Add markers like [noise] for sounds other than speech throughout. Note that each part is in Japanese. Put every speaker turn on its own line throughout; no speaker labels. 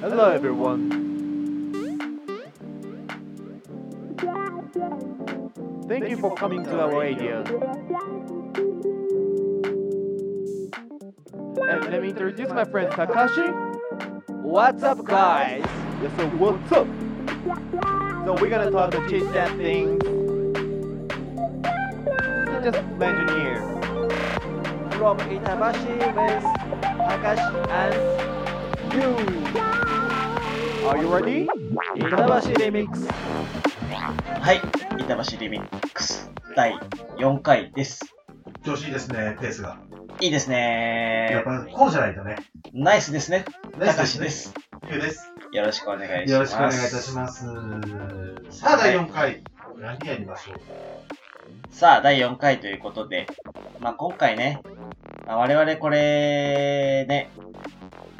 Hello, everyone. Thank you for coming to our radio. And let me introduce my friend Takashi.
What's up, guys?
Yes, so what's up? So we're gonna talk about chit chat things. So just imagine here.
From Itabashi with Takashi and you.
Are you ready?
板橋レミックス。
はい、板橋リミックス第4回です。
調子いいですね、ペースが。
いいです
やっ
ね
ぱ、こうじゃないとね。
ナイスですね。
ナイス
高橋です。
ゆうです。
よろしくお願いします。
よろしくお願いいたします。さあ、第4回。何やりましょう
さあ、第4回ということで、まあ今回ね、まあ我々これ、ね、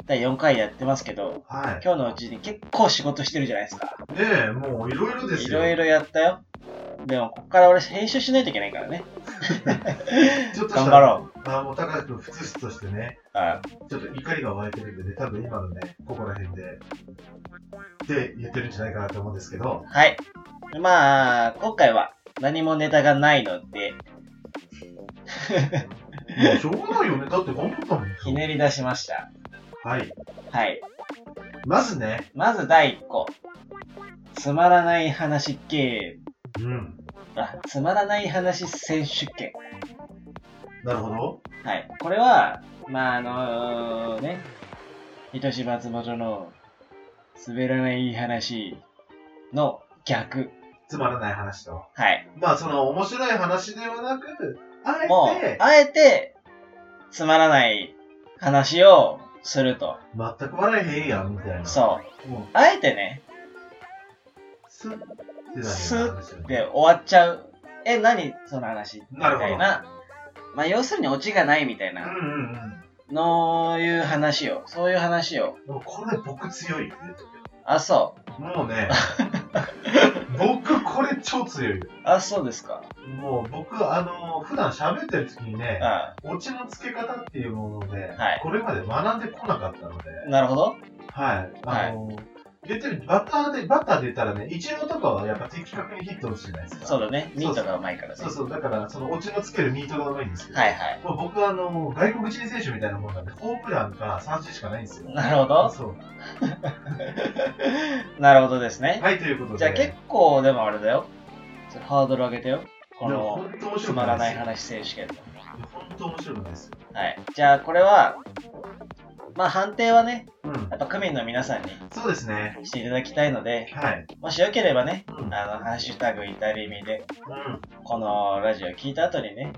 第4回やってますけど、
はい。
今日のうちに結構仕事してるじゃないですか。
ねえ、もういろいろで
い
すよ。
ろいろやったよ。でも、こっから俺編集しないといけないから
[laughs]
ね。 [laughs]
ちょっと
頑
した
張ろ
う。あもう高橋君、普通室としてね、
う。あ
ちょっと怒りが湧いてるんでね、多分今のね、ここら辺で、って言ってるんじゃないかなと思うんですけど、
はい。まあ、今回は何もネタがないので、
もうしょうがないよね。だって頑張ったもん。
ひねり出しました。
はい。
はい。
まずね、
まず第1個。つまらない話ゲーム。
うん。
あ、つまらない話選手権。
なるほど。
はい。これは、まあ、あのね、糸島松本の滑らない話の逆。
つまらない話と。
はい。
まあ、その面白い話ではなく、
も
あえて
う、、あえて、つまらない話をすると。
全く笑えへんやんみたいな。
そう。
う。もう、
あえてね、
スッてなる
ス
ような話
ッて終わっちゃう。え、何その話みた
なるほど
いな。まあ、要するにオチがないみたいな。
うんうんうん。
のいう話を、そういう話を。
でもこれ僕強いよね。
あ、そ
もう
[laughs]
ね、僕これ超強いよ
う。。あ、そうですか。
もう僕、あの、普段喋ってる時にね、
あ
オチの付け方っていうもので、
はい
これまで学んでこなかったので、
なるほど。
はい。あの、言ってるバッターで、バッターで言ったらね、一郎とかはやっぱ的確にヒット打つじゃないですか。
そうだね。
そう
ミ
そう
ートがうまいからね。
そうそう、だから、そのオチのつけるミートがうまいんですけど、
はいはい。
もう僕はあの外国人選手みたいなもんなんで、ホームランが三振しかないんですよ。
なるほど。
そう。
なるほどですね。
はい、ということで。
じゃあ結構でもあれだよ。ちょっとハードル上げてよ。こ
でも
の
本当面
つ
白く
まらない
です
話選手権の。
よ本当面白くないですよ。
はい。じゃあこれは、まあ判定はね、
うん
や。っぱ区民の皆さんに
そうですね。
していただきたいので、
はい。
もしよければね、
うん。うん。
あの、ハッシュタグイタリミで、このラジオ聞いた後にね、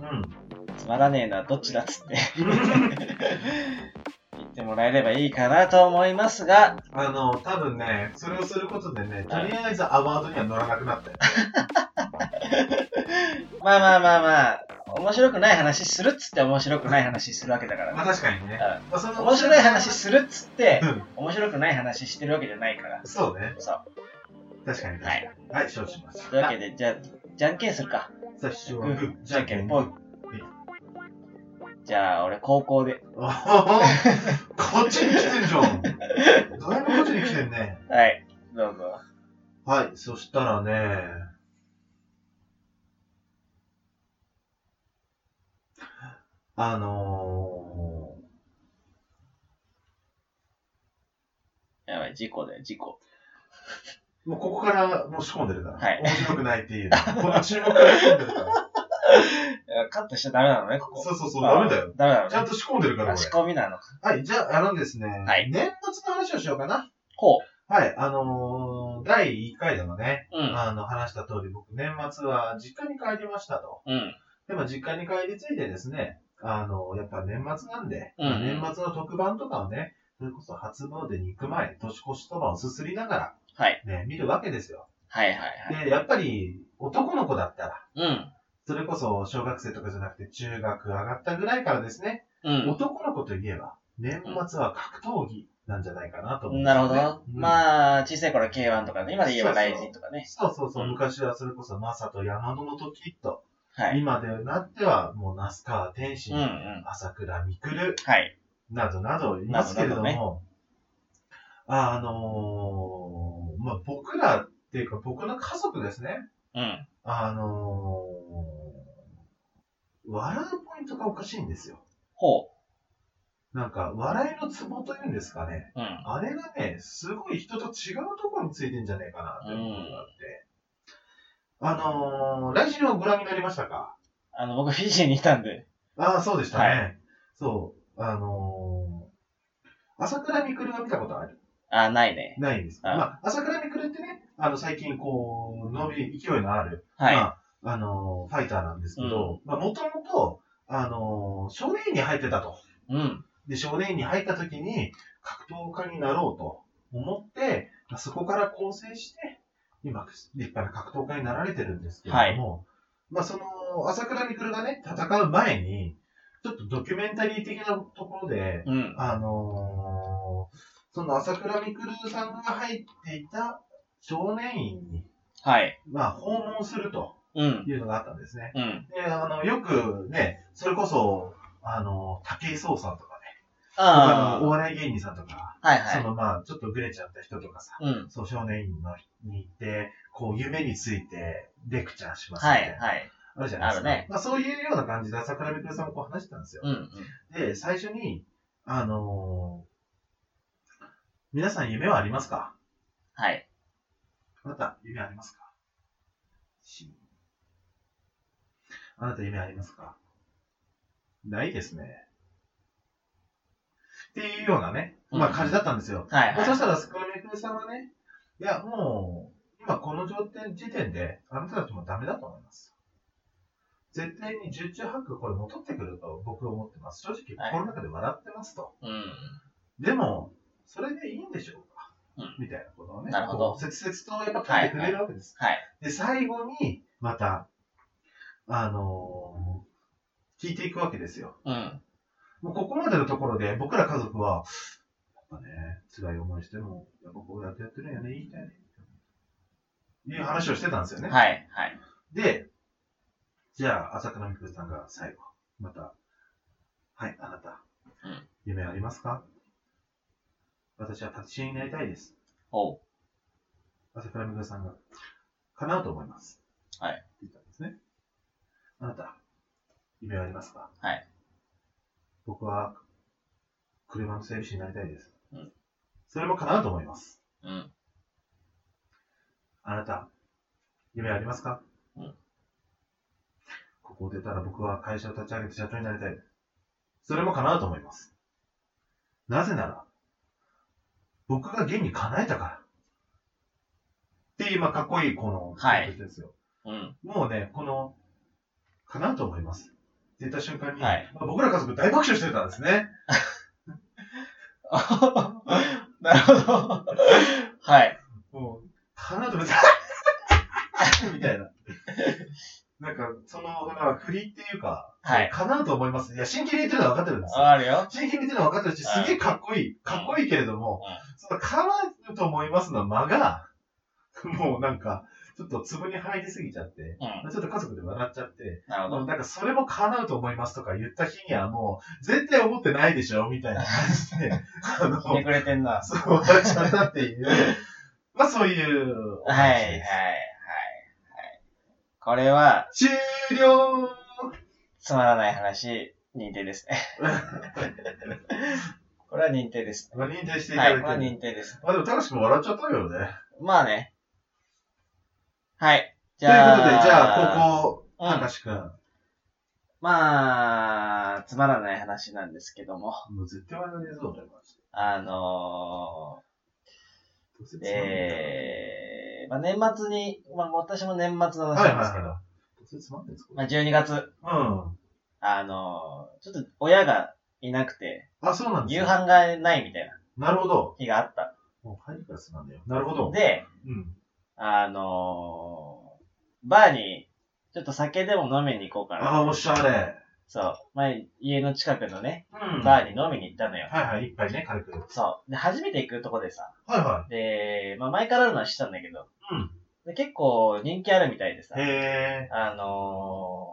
つまらねえのはどっちだっつ
[laughs]
って。
うん。
言ってもらえればいいかなと思いますが、
あの、多分ね、それをすることでね、とりあえずアワードには乗らなくなったよ。
まあまあまあまあ、面白くない話するっつって面白くない話するわけだから
まあ
ね。
確かにね。
う
まあ、その
ん面白い話するっつって
う、ん。
面白くない話してるわけじゃないから。
そうね。
そう。
確かに。
は。い。
はい、承知しました。
というわけで、じゃあ、じゃんけんするか。
最初
グ
はグ
ー、
ー、
じゃんけんぽい
い。。
じゃあ、俺、高校で。
おーこっちに来てんじゃ
[laughs]
ん。だいぶこっちに来てんね。
はい。どうぞ。
はい、そしたらね、あの
やばい、事故だよ、事故。
ー、もうここからもう仕込んでるから、
はい
面白くないっていう、この注目から仕込んでるから、
いやカットしちゃダメなのね、ここ。
そうそうそう、
あ
ダメだよ。。
ダメなの
ちゃん
ね。
と仕込んでるから、
あ
こ
仕
れ。
込みなのか。
はい、じゃあ、あのですね、
はい
年末の話をしようかな。
ほ
はい、あのー、第1回でもね、
う。うん。
あの、話した通り、僕、年末は実家に帰りましたと。
うん。
でも実家に帰り着いてですね、あの、やっぱ年末なんで、
うんうん
年末の特番とかをね、それこそ初詣に行く前、年越しそばをすすりなが
はい。
ら、ね、見るわけですよ。
はいはいはい。
で、やっぱり男の子だったら、
うん。
それこそ小学生とかじゃなくて中学上がったぐらいからですね、
うん。
男の子といえば、年末は格闘技なんじゃないかなと思うんで
な
す
る
よ
ほ
ね、
ど。
うん
まあ、小さい頃は K1 とかね、今で言えば大臣とかね。
そうそうそう、
うん
昔はそれこそマサと山野の時と、
はい。
今でなってはもう那須川天
う
心、
んうん。
朝倉未来、
はい。
などなどいますけれども、
などな
ああのーまあ、僕らっていうか僕の家族ですね。
うん。
あのー笑うポイントがおかしいんですよ。
ほ
なんか、笑いのツボというんですかね。
う。うん。
あれがね、すごい人と違うところについてんじゃないかなって思うのがあって。あのー、来週をご覧になりましたか
あの、僕フィジーにいたんで。
ああ、そうでしたね。
は
そう。あのー、朝倉未来は見たことある
あ、ないね。
ないんです。
ああ
まあ、朝倉未来ってね、あの、最近こう、伸び、勢いのある、
はい。
まあ、あのーファイターなんですけど、まあ、もともと、あのー少年院に入ってたと。
うん。
で、少年院に入った時に、格闘家になろうと思って、まあ、そこから構成して、今、立派な格闘家になられてるんですけれども、まあ、その、朝倉未来がね、戦う前に、ちょっとドキュメンタリー的なところで、
うん。
あのーその朝倉未来さんが入っていた少年院に、
はい。
まあ、訪問すると
うん。
いうのがあったんですね。
うん。
で、あの、よくね、それこそ、あの、武井壮さんとかね、他のお
あ
笑い芸人さんとか、
あ。はいは
そ
い。
のまあ、ちょっとグレちゃった人とかさ、
うん。
そう少年院のに行って、こう、夢についてレクチャーしますみ
は
たい
い
な。
はい。
あるじゃないですか。
あるね
まあ、そういうような感じで、朝倉みくるさんもこう話してたんですよ。
うん。
で、最初に、あのー皆さん夢はありますか
はい。
あなた、夢ありますかしあなた、夢ありますかないですね。っていうようなね、まあ
うん
感じだったんですよ。
はい
まあ
は
そ
い。
したら、スクラメクさんはね、いや、もう、今この状態、時点で、あなたたちもダメだと思います。絶対に十中八九これ戻ってくると僕は思ってます。正直、
はい
心の中で笑ってますと。
うん。
でも、それでいいんでしょうか、
うん
みたいなことをね、
なるほど
こう切々とやっぱ書いてくれるわけです。
はい。
で、最後に、また、あのー聞いていくわけですよ。
うん。
もうここまでのところで、僕ら家族は、やっぱね、辛い思いしても、やっぱこうやってやってるんやね、いいんだよね。いう話をしてたんですよね。
はいはい。
で、じゃあ、朝倉未来さんが最後、また、はい、あなた、
うん
夢ありますか私はパティシエになりたいです。
おう。
朝倉未来さんが、叶うと思います。
はい
って言ったんですね。あなた、夢はありますか
はい。
僕は、車の整備士になりたいです。
うん
それも叶うと思います。
うん。
あなた、夢ありますか、
うん
ここを出たら僕は会社を立ち上げて社長になりたい。それも叶うと思います。なぜなら、僕が現に叶えたから。っていう、まあ、かっこいいこの、
はい
コメントですよ。
うん。 [laughs]
もうね、この、叶うと思います。って言った瞬間に、
はい
まあ僕ら家族大爆笑してたんですね。
なるほど。はい。
もう、叶うと思います。
[laughs]
みたいな。なんか、その、なんか振りっていうか、
はい。
叶うと思います。いや、真剣に言ってるのは分かってるんですよ。
あるよ。
真剣に言ってるのは分かってるし、すげえかっこいい。かっこいいけれども、その叶うと思いますの間が、もうなんか、ちょっと粒に入りすぎちゃって、
うん。
ちょっと家族で笑っちゃって、
なるほ
もう
ど。
なんかそれも叶うと思いますとか言った日にはもう、絶対思ってないでしょ、みたいな感じで、
[laughs]
あの、
ひねくれてんな。
そう笑っちゃったっていう、まあそういうお
はいはい
話
はい
で
はい
す。。
これは、
終了
つまらない話、認定
[laughs]
ですね。これは認定です。
まあ認定していた
は
だ
い、
いて。
これは認定です。
まあでも、高しくも笑っちゃったよね。
まあね。はい。じ
ということで、
ゃ
じ
あ、
ゃあ、ここ、
うん
高しくん。も
まあ、つまらない話なんですけども、
う絶対笑われそうだよ、マジで
あの
どうせ
ー、
つまんね
えー、まあ年末に、まあ私も年末の
え
話
んだはい
なん
は
で
い
すけど、
はい。どうせつまんねえんです
まあ12月、
か
あのー、ちょっと親がいなくて、
うん。あ、そうなんです
夕
よ。
飯がないみたいな
なるほど。
日があった。
もう入りからつまんだよ。なるほど。
で、
うん。
あのー、バーに、ちょっと酒でも飲みに行こうかな。
あー、おしゃれ。
そう。前、家の近くのね、
うん
バーに飲みに行ったのよ。
はいはい、一杯ね、軽く。はい
そう。で、初めて行くとこでさ。
は
で、まあ前からあるのは知ってたんだけど。
うん
で結構人気あるみたいでさ
い。。へえ。
あの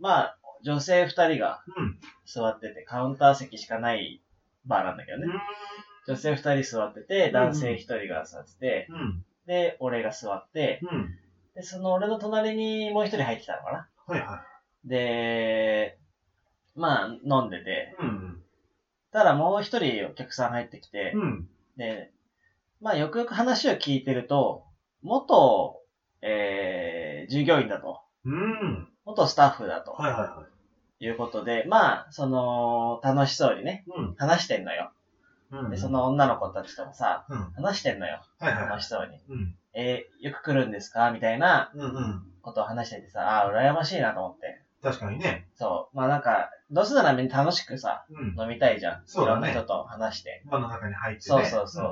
ー、まあ、女性二人が
うん
座ってて、カウンター席しかないバーなんだけどね。
う
女性二人座ってて、男性一人が座ってて、
うん。
で、俺が座って、
うん。
で、その俺の隣にもう一人入ってきたのかな。
はいは
で、まあ、飲んでて、
い。うん。
ただもう一人お客さん入ってきて、
うん。
で、まあ、よくよく話を聞いてると、元、えー、従業員だと、
うん。
元スタッフだと、、
はいはいはい
うことで、まあ、その、楽しそうにね、
い。うん
話してんのよ。。
うん
で、そ、の女の子たちともさ、
うん。
話してんのよ。
はいはいはい
楽し。そうに。
うん。
えー、よく来るんですかみたいな
うんうん。
ことを話しててさ、あー羨ましいなと思って。
確かにね。
そう。まあなんか、どうせならみんな楽しくさ、
うん。
飲みたいじゃん。
そうだね
いろんな人と話して。
輪の中に入ってね。
そうそうそ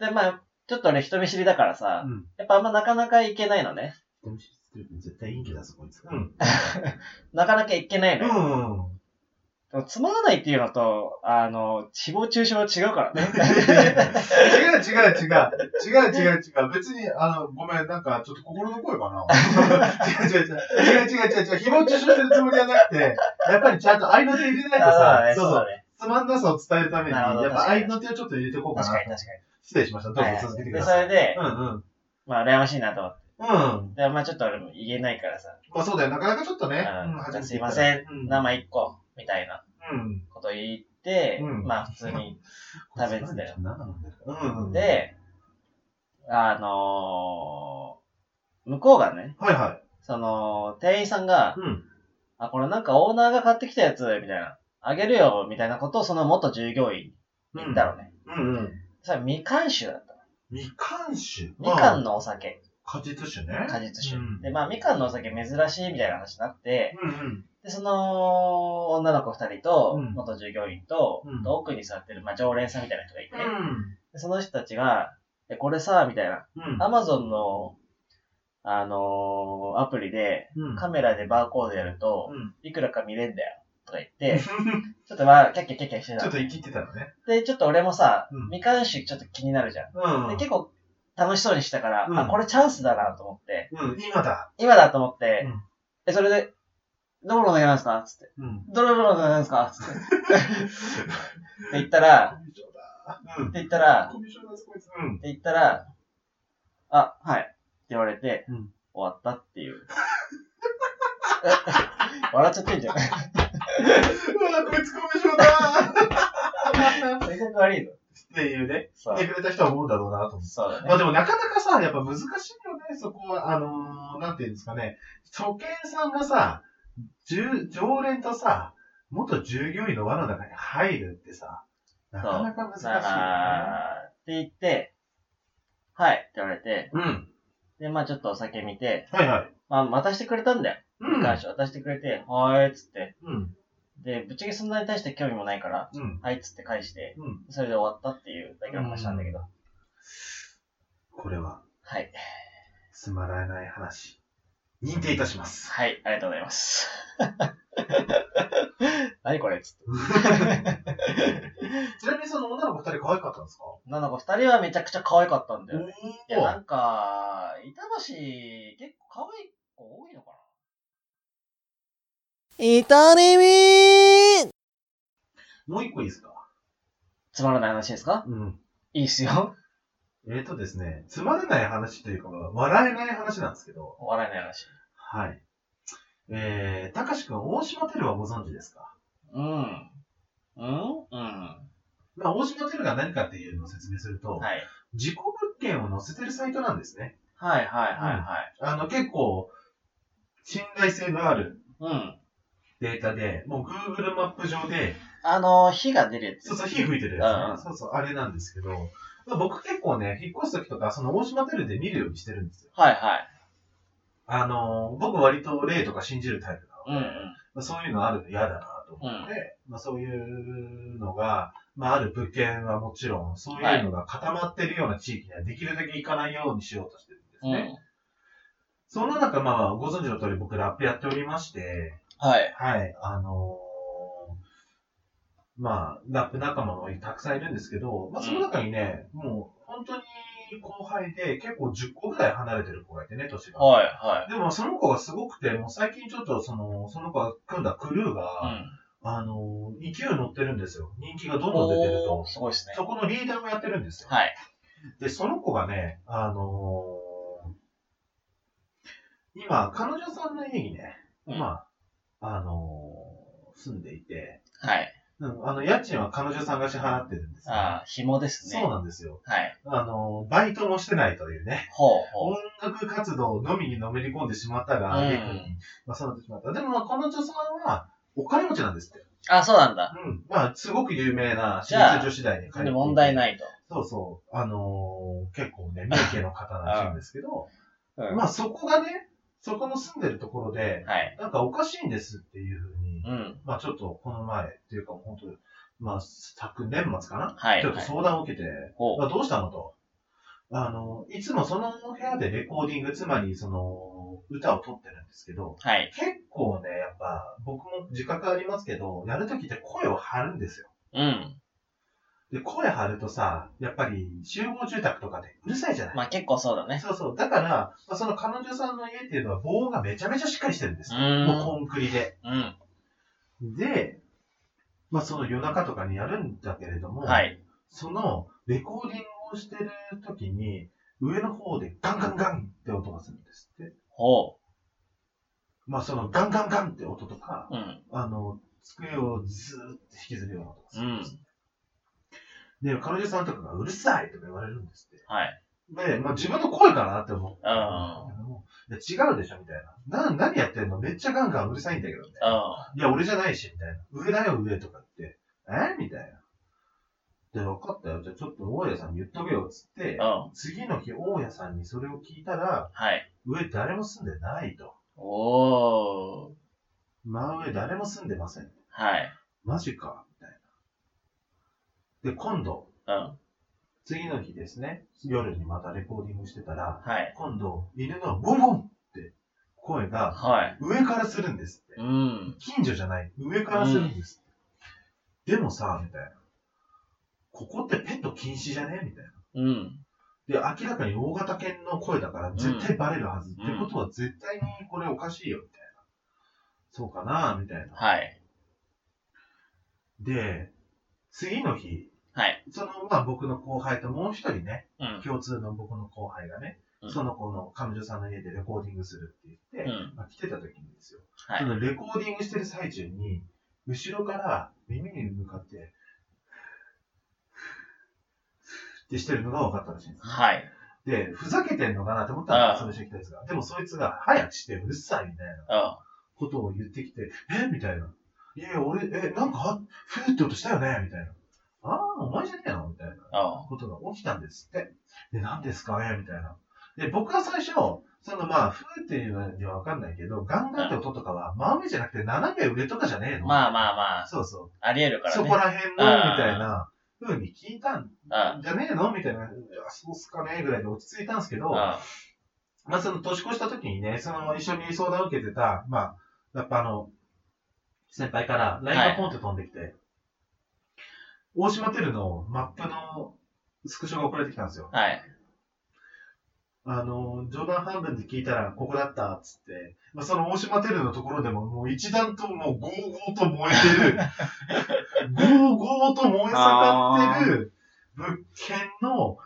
う。で、まあ、ちょっと俺人見知りだからさ、
うん。
やっぱあんまなかなか行けないのね。
でも知ってるけど絶対陰気だぞ、こいつ。うん。
なかなか行けないうのよ。
ん。
でもつまらないっていうのと、あの、誹謗中傷は違うからね。
[laughs] 違う違う違う。違う違う違う。別に、あの、ごめん、なんか、ちょっと心の声か
[laughs]
な。違う違う違う。違う違う違う違う。誹謗中傷してるつもりはなくて、やっぱりちゃんと合いの手入れないとさ、そうそう。
ね。
つまんなさを伝えるために、
なる
や
ほど
っぱ合
確かに
いの手をちょっと入れていこうか
確か
な
に。確か
失礼しました。どう
に。
ぞ続けてく
で、
だ
そ
さ
れ
い。
で
う、んうん。
まあ、羨ましいなと思って。
うん。ま
で、まあ、ちょっと俺も言えないからさ、
あそうだよ。なかなかちょっとね。
うん
う
じゃあすいません
う
生一個、みたいな
うん。
こと言って、
うん
まあ、普通に食べてたよ
生飲んでるからうんうん。、
で、あのー向こうがね、
はいは
その、店員さんが
い。、うん。
あ、これなんかオーナーが買ってきたやつ、みたいな、あげるよ、みたいなことをその元従業員に言ったのね。
うんうん。
それは未完酒だった。
みかん酒
みかんのお酒、
果実酒ね。
果実酒。
うん
で、まあ、みかんのお酒珍しいみたいな話になって、
うん
で、その、女の子二人と
う、ん
元従業員と、
うん
奥に座ってる、まあ、常連さんみたいな人がいて、
うん。うん。
でその人たちが、え、これさ、みたいな、
うん。
アマゾンの、あのーアプリで、
うん
カメラでバーコードやると、
うん
いくらか見れんだよ、とか言って、ちょっとまあ、キャッキャキャッキャしてた
ちょ
の
っと生きてたのね。
で、ちょっと俺もさ、
うん
未完酒ちょっと気になるじゃん。
うん
で、結構楽しそうにしたから、
うん
あ、これチャンスだなと思って、
うん、今だ。
今だと思って、
うん
え、それで、どこのお部屋なんですかつって。
うん。
どれどれのお部屋なんですかつって。って言ったら、
コミュ障だ。う
っ
ん。
て言ったら、
コミュ障だ、こいつ。うん
っ。て言ったら、あ、はい。って言われて、
うん
終わったっていう。笑っちゃってんじゃん。
うわ、こいつコミュ障
[laughs]
だ
性格悪いぞ。
っていうね。
そ
言って
う。
くれた人は思うんだろうなと思って。
そうだ
まあ
ね。
でもなかなかさ、やっぱ難しいよね、そこは。あのー、なんていうんですかね。初見さんがさ、従常連とさ、元従業員の輪の中に入るってさ、なかなか難しい
だから、って言って、はいって言われて、
よね。うん。
で、まあちょっとお酒見て、
はいはい。
まあ渡してくれたんだよ。
うん。
感謝渡してくれて、はーいっつって。
うん。
で、ぶっちゃけそんなに対して興味もないから、
うん。
はいっつって返して、
うん。
それで終わったっていうだけの話なんだけど。
これは、
はい。
つまらない話。認定いたし
[laughs]
ます。
はい、ありがとうございます。 [laughs] 何これっつって。
ちなみにその女の子二人可愛かったんですか
女の子二人はめちゃくちゃ可愛かったんだよね。いや、な
お
んか、板橋、結構可愛い子多いのかな
イタリミン
ーもう一個いいですか
つまらない話ですか
うん。
いいっすよ。
えっ、とですね、つまらない話というか、笑えない話なんですけど、
お笑いの話。
はい。えー、たかしくん、大島テルはご存知ですか
うん。うんうん。
まあ、大島テルが何かっていうのを説明すると、
はい。
事故物件を載せてるサイトなんですね。
はいはいは
あの、結構、信頼性のある
いはい。うん。
データで、もう Google マップ上で、
あの、火が出るやつ。
そうそう、火吹いてるや
うんうん
つね。そうそう、あれなんですけど、まあ僕結構ね、引っ越す時とか、その大島テレで見るようにしてるんですよ。
はいはい。
あのー、僕割と霊とか信じるタイプなので、
うんうん。
まあ、そういうのあるの嫌だなと思って、まあそういうのが、まあある物件はもちろん、そういうのが固まってるような地域にはできるだけ行かないようにしようとしてるんです
うん。
ね。そんな中、まあご存知の通り僕ラップやっておりまして、
はい。
はい、あのーまあ、ラップ仲間もたくさんいるんですけど、まあ、その中にね、もう、本当に後輩で、結構10個ぐらい離れてる子がいてね、年が。
はいは
でも、その子がすごくて、もう最近ちょっと、その、その子が組んだクルー
い。う
が、
ん。
あの、勢いに乗ってるんですよ。人気がどんどん出てる
お
と
ー、。すごいですね。
そこのリーダーもやってるんですよ。
はい。
で、その子がね、あのー今、彼女さんの家にね、
うん
まあ、あのー住んでいて、
はい。
うん、あの、家賃は彼女さんが支払ってるんですよ
ああ、紐ですね。
そうなんですよ。
はい。
あのーバイトもしてないというね、
ほうほう。
音楽活動のみにのめり込んでしまったが、
うん
逆にまあ、そうなってしまった。でも、まあ、彼女さんは、お金持ちなんですって。
あ、そうなんだ。
うん。まあ、すごく有名な、私
じゃあ
立女子大に通ってい
で
て
問題ないと。
そうそう。あのー結構ね、三重県の方らしいんですけど、
うん
まあそこがね、そこの住んでるところで、
はい。
なんかおかしいんですっていうふうに、
うん。
まあちょっとこの前っていうか本当まあ昨年末かな、
はい。
ちょっと
はい
相談を受けて、
ほう
まあ、どうしたのと。あの、いつもその部屋でレコーディング、つまりその、歌を撮ってるんですけど、
はい。
結構ね、やっぱ僕も自覚ありますけど、やるときって声を張るんですよ。
うん。
で、声張るとさ、やっぱり集合住宅とかでうるさいじゃない、
まあ結構そうだね。
そうそう。だから、まあその彼女さんの家っていうのは防音がめちゃめちゃしっかりしてるんです
う
よ。もう
ーん。
コンクリで。
うん。
で、まあその夜中とかにやるんだけれども、
はい。
そのレコーディングをしてる時に、上の方でガンガンガンって音がするんですって。
ほ
まあそのガンガンガンって音とか、
う。うん。
あの、机をずーって引きずるような音がするんですって。で、彼女さんとかがうるさいとか言われるんですって。
はい。
で、まあ、自分の声かなって思った
うん
だけども。いや違うでしょみたいな。な、何やってんのめっちゃガンガンうるさいんだけど、みたいな。
う
いや、俺じゃないし、みたいな。上だよ、上とか言って。えみたいな。で、分かったよ。じゃあちょっと大家さんに言っとけよ、つって
ん。う。ん。
次の日、大家さんにそれを聞いたら、
はい。
上誰も住んでないと。
おー。
真上誰も住んでません。
はい。
マジか、みたいな。で、今度、
うん。
次の日ですね。夜にまたレコーディングしてたら、
はい。
今度、犬のボンボンって声が、
はい。
上からするんですって。
うん。
近所じゃない。上からするんですって。でもさ、みたいな。ここってペット禁止じゃねみたい
うん。
な。で、明らかに大型犬の声だから絶対バレるはず。
うん
ってことは絶対にこれおかしいよ、みたいな。そうかなみたいな。
はい。
で、次の日、
はい。
その、まあ僕の後輩ともう一人ね、
うん。
共通の僕の後輩がね、
うん
その子の彼女さんの家でレコーディングするって言って、
うん。
まあ、来てた時にですよ。
は
そ
い。
のレコーディングしてる最中に、後ろから耳に向かって、ってしてるのが分かったらしいんです。
はい。
で、ふざけてんのかなって思ったら、
ああ
その人来たやつが。でもそいつが、早くして、うるさいみたいな
うん。
ことを言ってきて、えみたいな。いやいや、俺、え、なんか、あふーって音したよねみたいな。ああ、お前じゃねえのみたいな
うん。
ことが起きたんですって。で、何ですかねみたいな。で、僕は最初、そのまあ、ふーっていうのにはわかんないけど、ガンガンって音とかは、真上じゃなくて斜め上とかじゃねえの
まあまあまあ、
そうそう。
あり得るからね。
そこら辺の、みたい
あー
な、ふうに聞いたん
うん。
じゃねえのみたいな、いやそうっすかねぐらいで落ち着いたんですけど、ま
う
あ、その年越した時にね、その一緒に相談を受けてた、まあ、やっぱあの、先輩から、LINE がポンって飛んできて、大島テルのマップのスクショが送られてきたんですよ。
ん。はい。
あの、冗談半分で聞いたら、ここだった、っつって、まあ、その大島テルのところでも、もう一段ともう、ゴーゴーと燃えて
[laughs]
る、ゴーゴーと燃え盛ってる物件の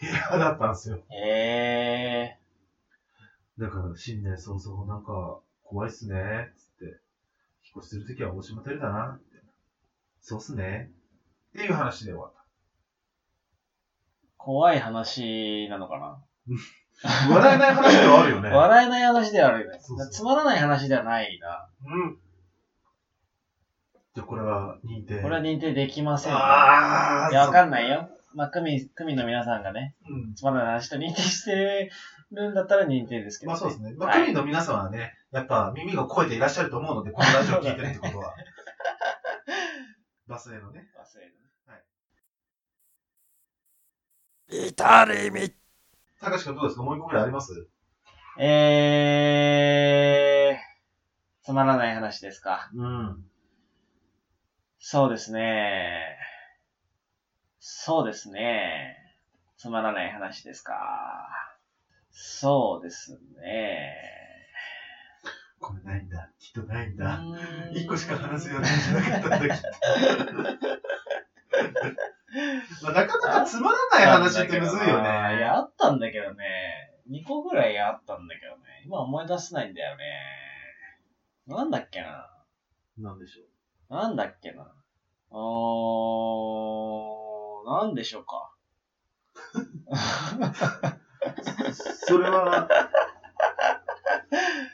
部屋だったんですよ。
へえ。
だから、新年早々、なんか、怖いっすね、つって、引っ越しするときは大島テルだな、みたいなそうっすね、っていう話で終わっ
怖い話なのかな [laughs]
た。笑えない話ではあるよね。
笑えない話ではあるよね
そうそう。
つまらない話ではないな。
うん。じゃあ、これは認定。
これは認定できませんね。
ああ、
いや、わかん
い。
ないよ。まあ、組、組の皆さんがね、
うん
つまらない話と認定してるんだったら認定ですけど、
まあそうです
ね。
ね。まあ、
はい
区民の皆様はね、やっぱ耳が肥えていらっしゃると思うので、このラジオを聞いてるってこと
[laughs]
は。バスへのね。
忘れる
至る意味
たかしくんどうですかもう一個ぐらいあります
えー、つまらない話ですか。
うん。
そうですね。そうですね。つまらない話ですか。そうですね。
これないんだ、きっとないん
う
だ。
ーん
一個しか話す [laughs] ような話じゃなかったんだ、きっと。まあ、なかなかつまらない話ってむずい
あーい
よね。
や、あったんだけどね。2個ぐらいあったんだけどね。今思い出せないんだよね。なんだっけな。
なんでしょう。
なんだっけな。あー、なんでしょうか。
それは、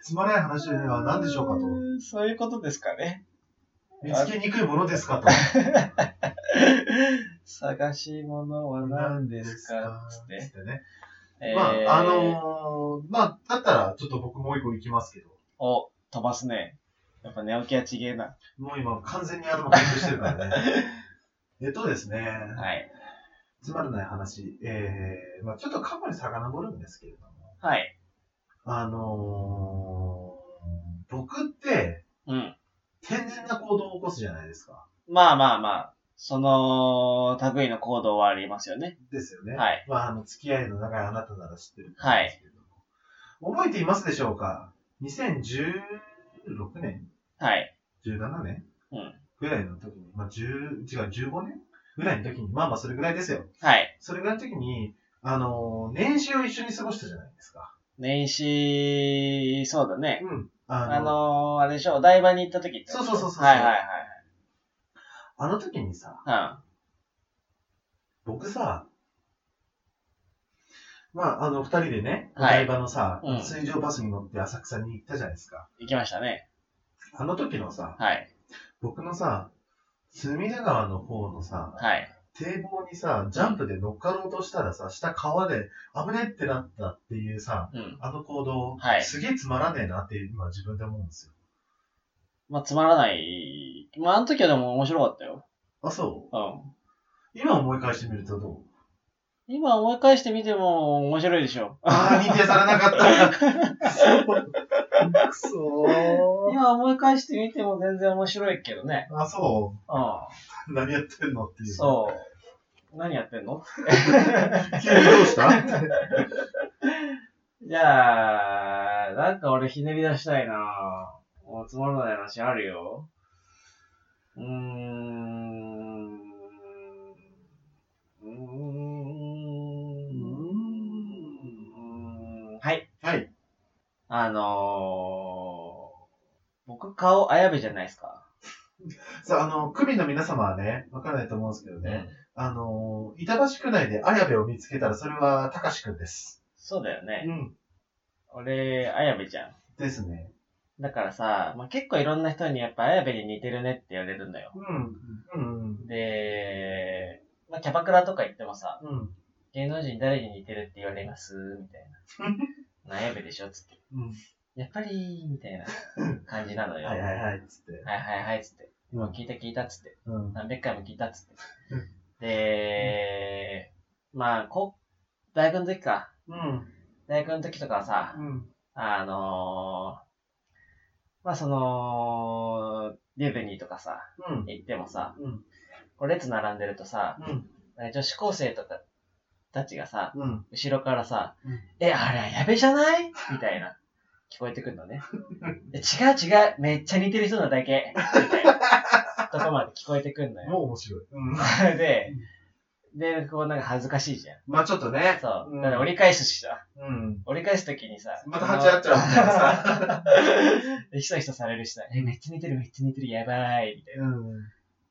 つまらない話では何でしょうかと。
そういうことですかね。
見つけにくいものですかと。
探し物は何ですかつって。
つってね。
えー
まあ、あのー、まあ、だったら、ちょっと僕もう一個行きますけど。
お、飛ばすね。やっぱ寝起きはちげえな。
もう今、完全に頭回復してるか
[laughs]
らね。えっとですね、
はい。
つまらない話、えー、まあちょっと過去に遡るんですけれども、
はい。
あのー、僕って、
うん。
天然な行動を起こすじゃないですか。
まあまあまあ、その、類の行動はありますよね。
ですよね。
はい。
まあ、あの、付き合いの長いあなたなら知ってると思
は
う
い
んですけれども。覚えていますでしょうか ?2016 年
はい。
?17 年
うん。
ぐらいの時に、まあ、10、違う、15年ぐらいの時に、まあまあそれぐらいですよ。
はい。
それぐらいの時に、あのー、年始を一緒に過ごしたじゃないですか。
年始、そうだね。
うん。あの、
あ
あの
のー、あれでしょ、お台場に行った時ってこと
そうそうそうそう
はいはい
時にさ、
は
僕さ、まあ、あの、二人でね、お
はい
台場のさ、
うん
水上バスに乗って浅草に行ったじゃないですか。
い。うん。行きましたね。
あの時のさ、
はい。
僕のさ、隅田川の方のさ、
はい。
堤防にさ、ジャンプで乗っかろうとしたらさ、下川で危ねってなったっていうさ、
うん。
あの行動、
はい
すげえつまらねえなって今自分で思うんですよ。
まあ、つまらない。まあ、あの時はでも面白かったよ。
あ、そう
うん。
今思い返してみるとどう
今思い返してみても面白いでしょ。
ああ、認定されなかった。 [laughs] くそー。
今思い返してみても全然面白いけどね。
あ、そうう。何やってんのってい
ん。
う。
そう。何やってんの
う。急にどうしたはい。
じゃあ、なんか俺ひねり出したいなぁ。もうつまらない話あるよ。うーん。うーん。うーんはい。
はい。
あのー、僕顔あやべじゃないですか。
さあ、あの、区民の皆様はね、わからないと思うんですけどね、あの、板橋区内で綾部を見つけたら、それは高志くんです。
そうだよね。
ん。
俺、あやべじゃん。
ですね。
だからさ、まあ、結構いろんな人にやっぱあやべに似てるねって言われるんだよ。
うん。うん。
で、まあ、キャバクラとか行ってもさ、
うん。
芸能人誰に似てるって言われますみたい
[laughs]
な。悩めでしょつって。
うん。
やっぱり、みたいな感じなのよ。
[laughs] はいはいはい、つって。
はいはいはいつって。
うん
聞いた聞いたつって。
うん。
何百回も聞いたつって
うん。
で、まあ、こ大学の時か。
うん。
大学の時とかはさ、
うん。
あのー、まあその、リューベニーとかさ、
うん。
行ってもさ、
うん。
こう列並んでるとさ、
うん。
女子高生とかたちがさ、
うん。
後ろからさ、
うん
え、あれはやべじゃないみたいな、聞こえてくるの
[laughs]
ね。で違う違う、めっちゃ似てる人なだけ。みたいな。とこまで聞こえてくるのよ。
もう面白い。うん。
で、で、こうなんか恥ずかしいじゃん。
まあちょっとね。
そう。
ん
だから折り返すしさ、
うん。
折り返すときにさ、
また鉢合っちゃうみたいなさ。
で [laughs] ひそひそされるしさ、え、めっちゃ似てる、めっちゃ似てる、やばい、みたいな。
う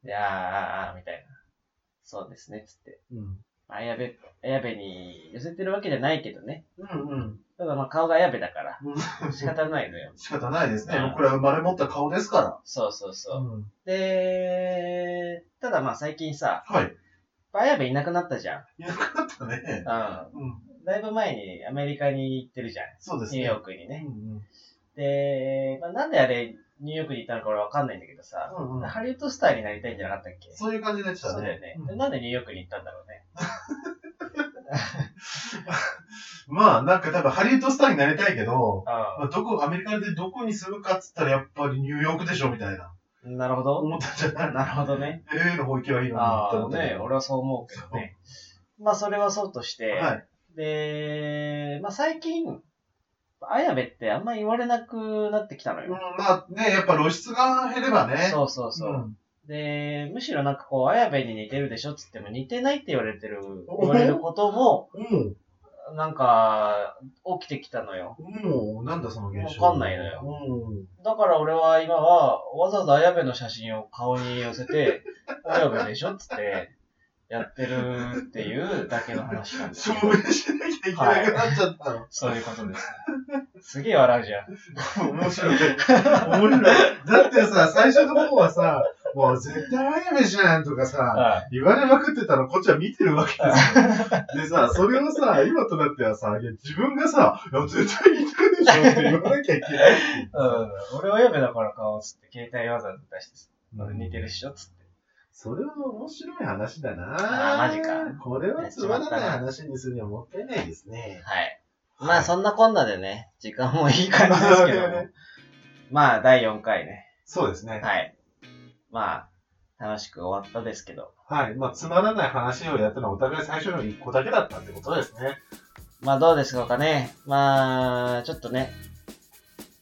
いやー、みたいな。そうですね、つって。
ん。うん。
綾部、綾部に寄せてるわけじゃないけどね。
うん
ただまあ顔が綾部だから、
うん。
仕方ないのよ。
仕方ないですね
うん。
これは生まれ持った顔ですか
そうそう
ら。
そう。
ん。
で、ただまあ最近さ、
はい。
綾部いなくなったじゃん。
いなくなった
う
ね。
ん。
うん。
だいぶ前にアメリカに行ってるじゃん。
そうです
ニュー
ね。
ヨークにね。
うん
で、まあ、なんであれ、ニューヨークに行ったのか俺わかんないんだけどさ、
うん。うんうん。
ハリウッドスターになりたいんじゃなかったっけ
そういう感じでしたね。
そうだよね、
う
で
ん
なんでニューヨークに行ったんだろうね。
まあ、なんか多分ハリウッドスターになりたいけど、
う
まあ、どこ、アメリカでどこに住むかっつったらやっぱりニューヨークでしょみたいな。
ん。なるほど。
思ったんじゃない
なるほどね。
?LA の方行けばいいのに
あ
って思
あ、
ったけ
ね、
ど。
俺はそう思うけどね。まあそれはそうとして、
はい。
で、まあ最近、綾部ってあんま言われなくなってきたの
うん、
よ。
まあね、やっぱ露出が減ればね。
そうそうそう。
ん
で、むしろなんかこう、綾部に似てるでしょっつっても似てないって言われてる、言
お
われることも、
うん。
なんか、起きてきたのよ。
もう、なんだその現象。
わかんないのよ
うん。
だから俺は今は、わざわざ綾部の写真を顔に寄せて、綾部でしょっつって、やってるっていうだけの話なんです
証
よ。
明しなきゃいけなくなっちゃったの。
そういうことです。すげえ笑うじゃん。
[laughs] 面白い。面白い。だってさ、最初の方はさ、もう絶対アニメじゃんとかさ、
は
言われまくってたのこっちは見てるわけ
[laughs]
ですよ。でさ、それをさ、今となってはさ、いや自分がさ、いや絶対似てるでしょって言わなきゃいけない。
い。うん。俺は綾部だから顔をつって、携帯わざわざ出して、俺似てるっしょっつって。
それは面白い話だな
あーマジか。
これはつまらない話にするにはもったいないですね。
はい。まあそんなこんなでね、時間もいい感じですけども。まあ第4回ね。
そうですね。
はい。まあ、楽しく終わったですけど。
はい。まあ、つまらない話をやったのはお互い最初の1個だけだったってことですね。
まあどうですかね。まあ、ちょっとね、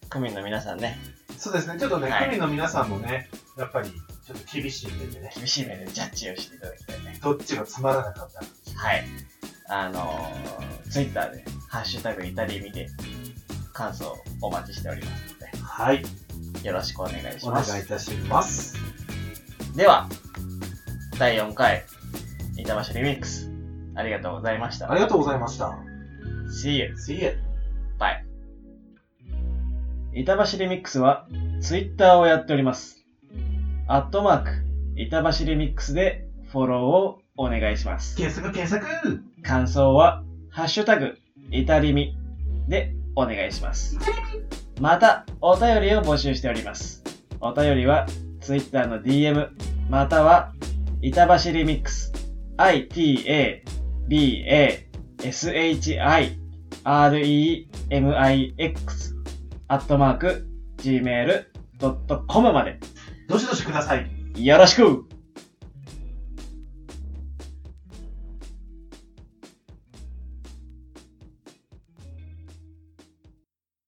区民の皆さんね、
そうですね。ちょっとね、
はい
区民の皆さんもね、やっぱり、ちょっと厳しいんでね、
厳しい目でジャッジをしていただきたいね。
どっちがつまらなかったか
はい。あのー、ツイッターで、ハッシュタグイタリー見て、感想をお待ちしておりますので、
はい。
よろしくお願いし
お
ま
願
す。
いいたします。
では、第4回、板橋リミックス、ありがとうございました
あ。りがとうございました。
See you!
See you.
板橋リミックスは、ツイッターをやっております。アットマーク、板橋リミックスでフォローをお願いします。
検索検索
感想は、ハッシュタグ、イタリミでお願いします。また、お便りを募集しております。お便りは、Twitter の DM、または、板橋リミックス、itabashiremix、アットマーク、gmail.com まで、
どしどしください。
よろしく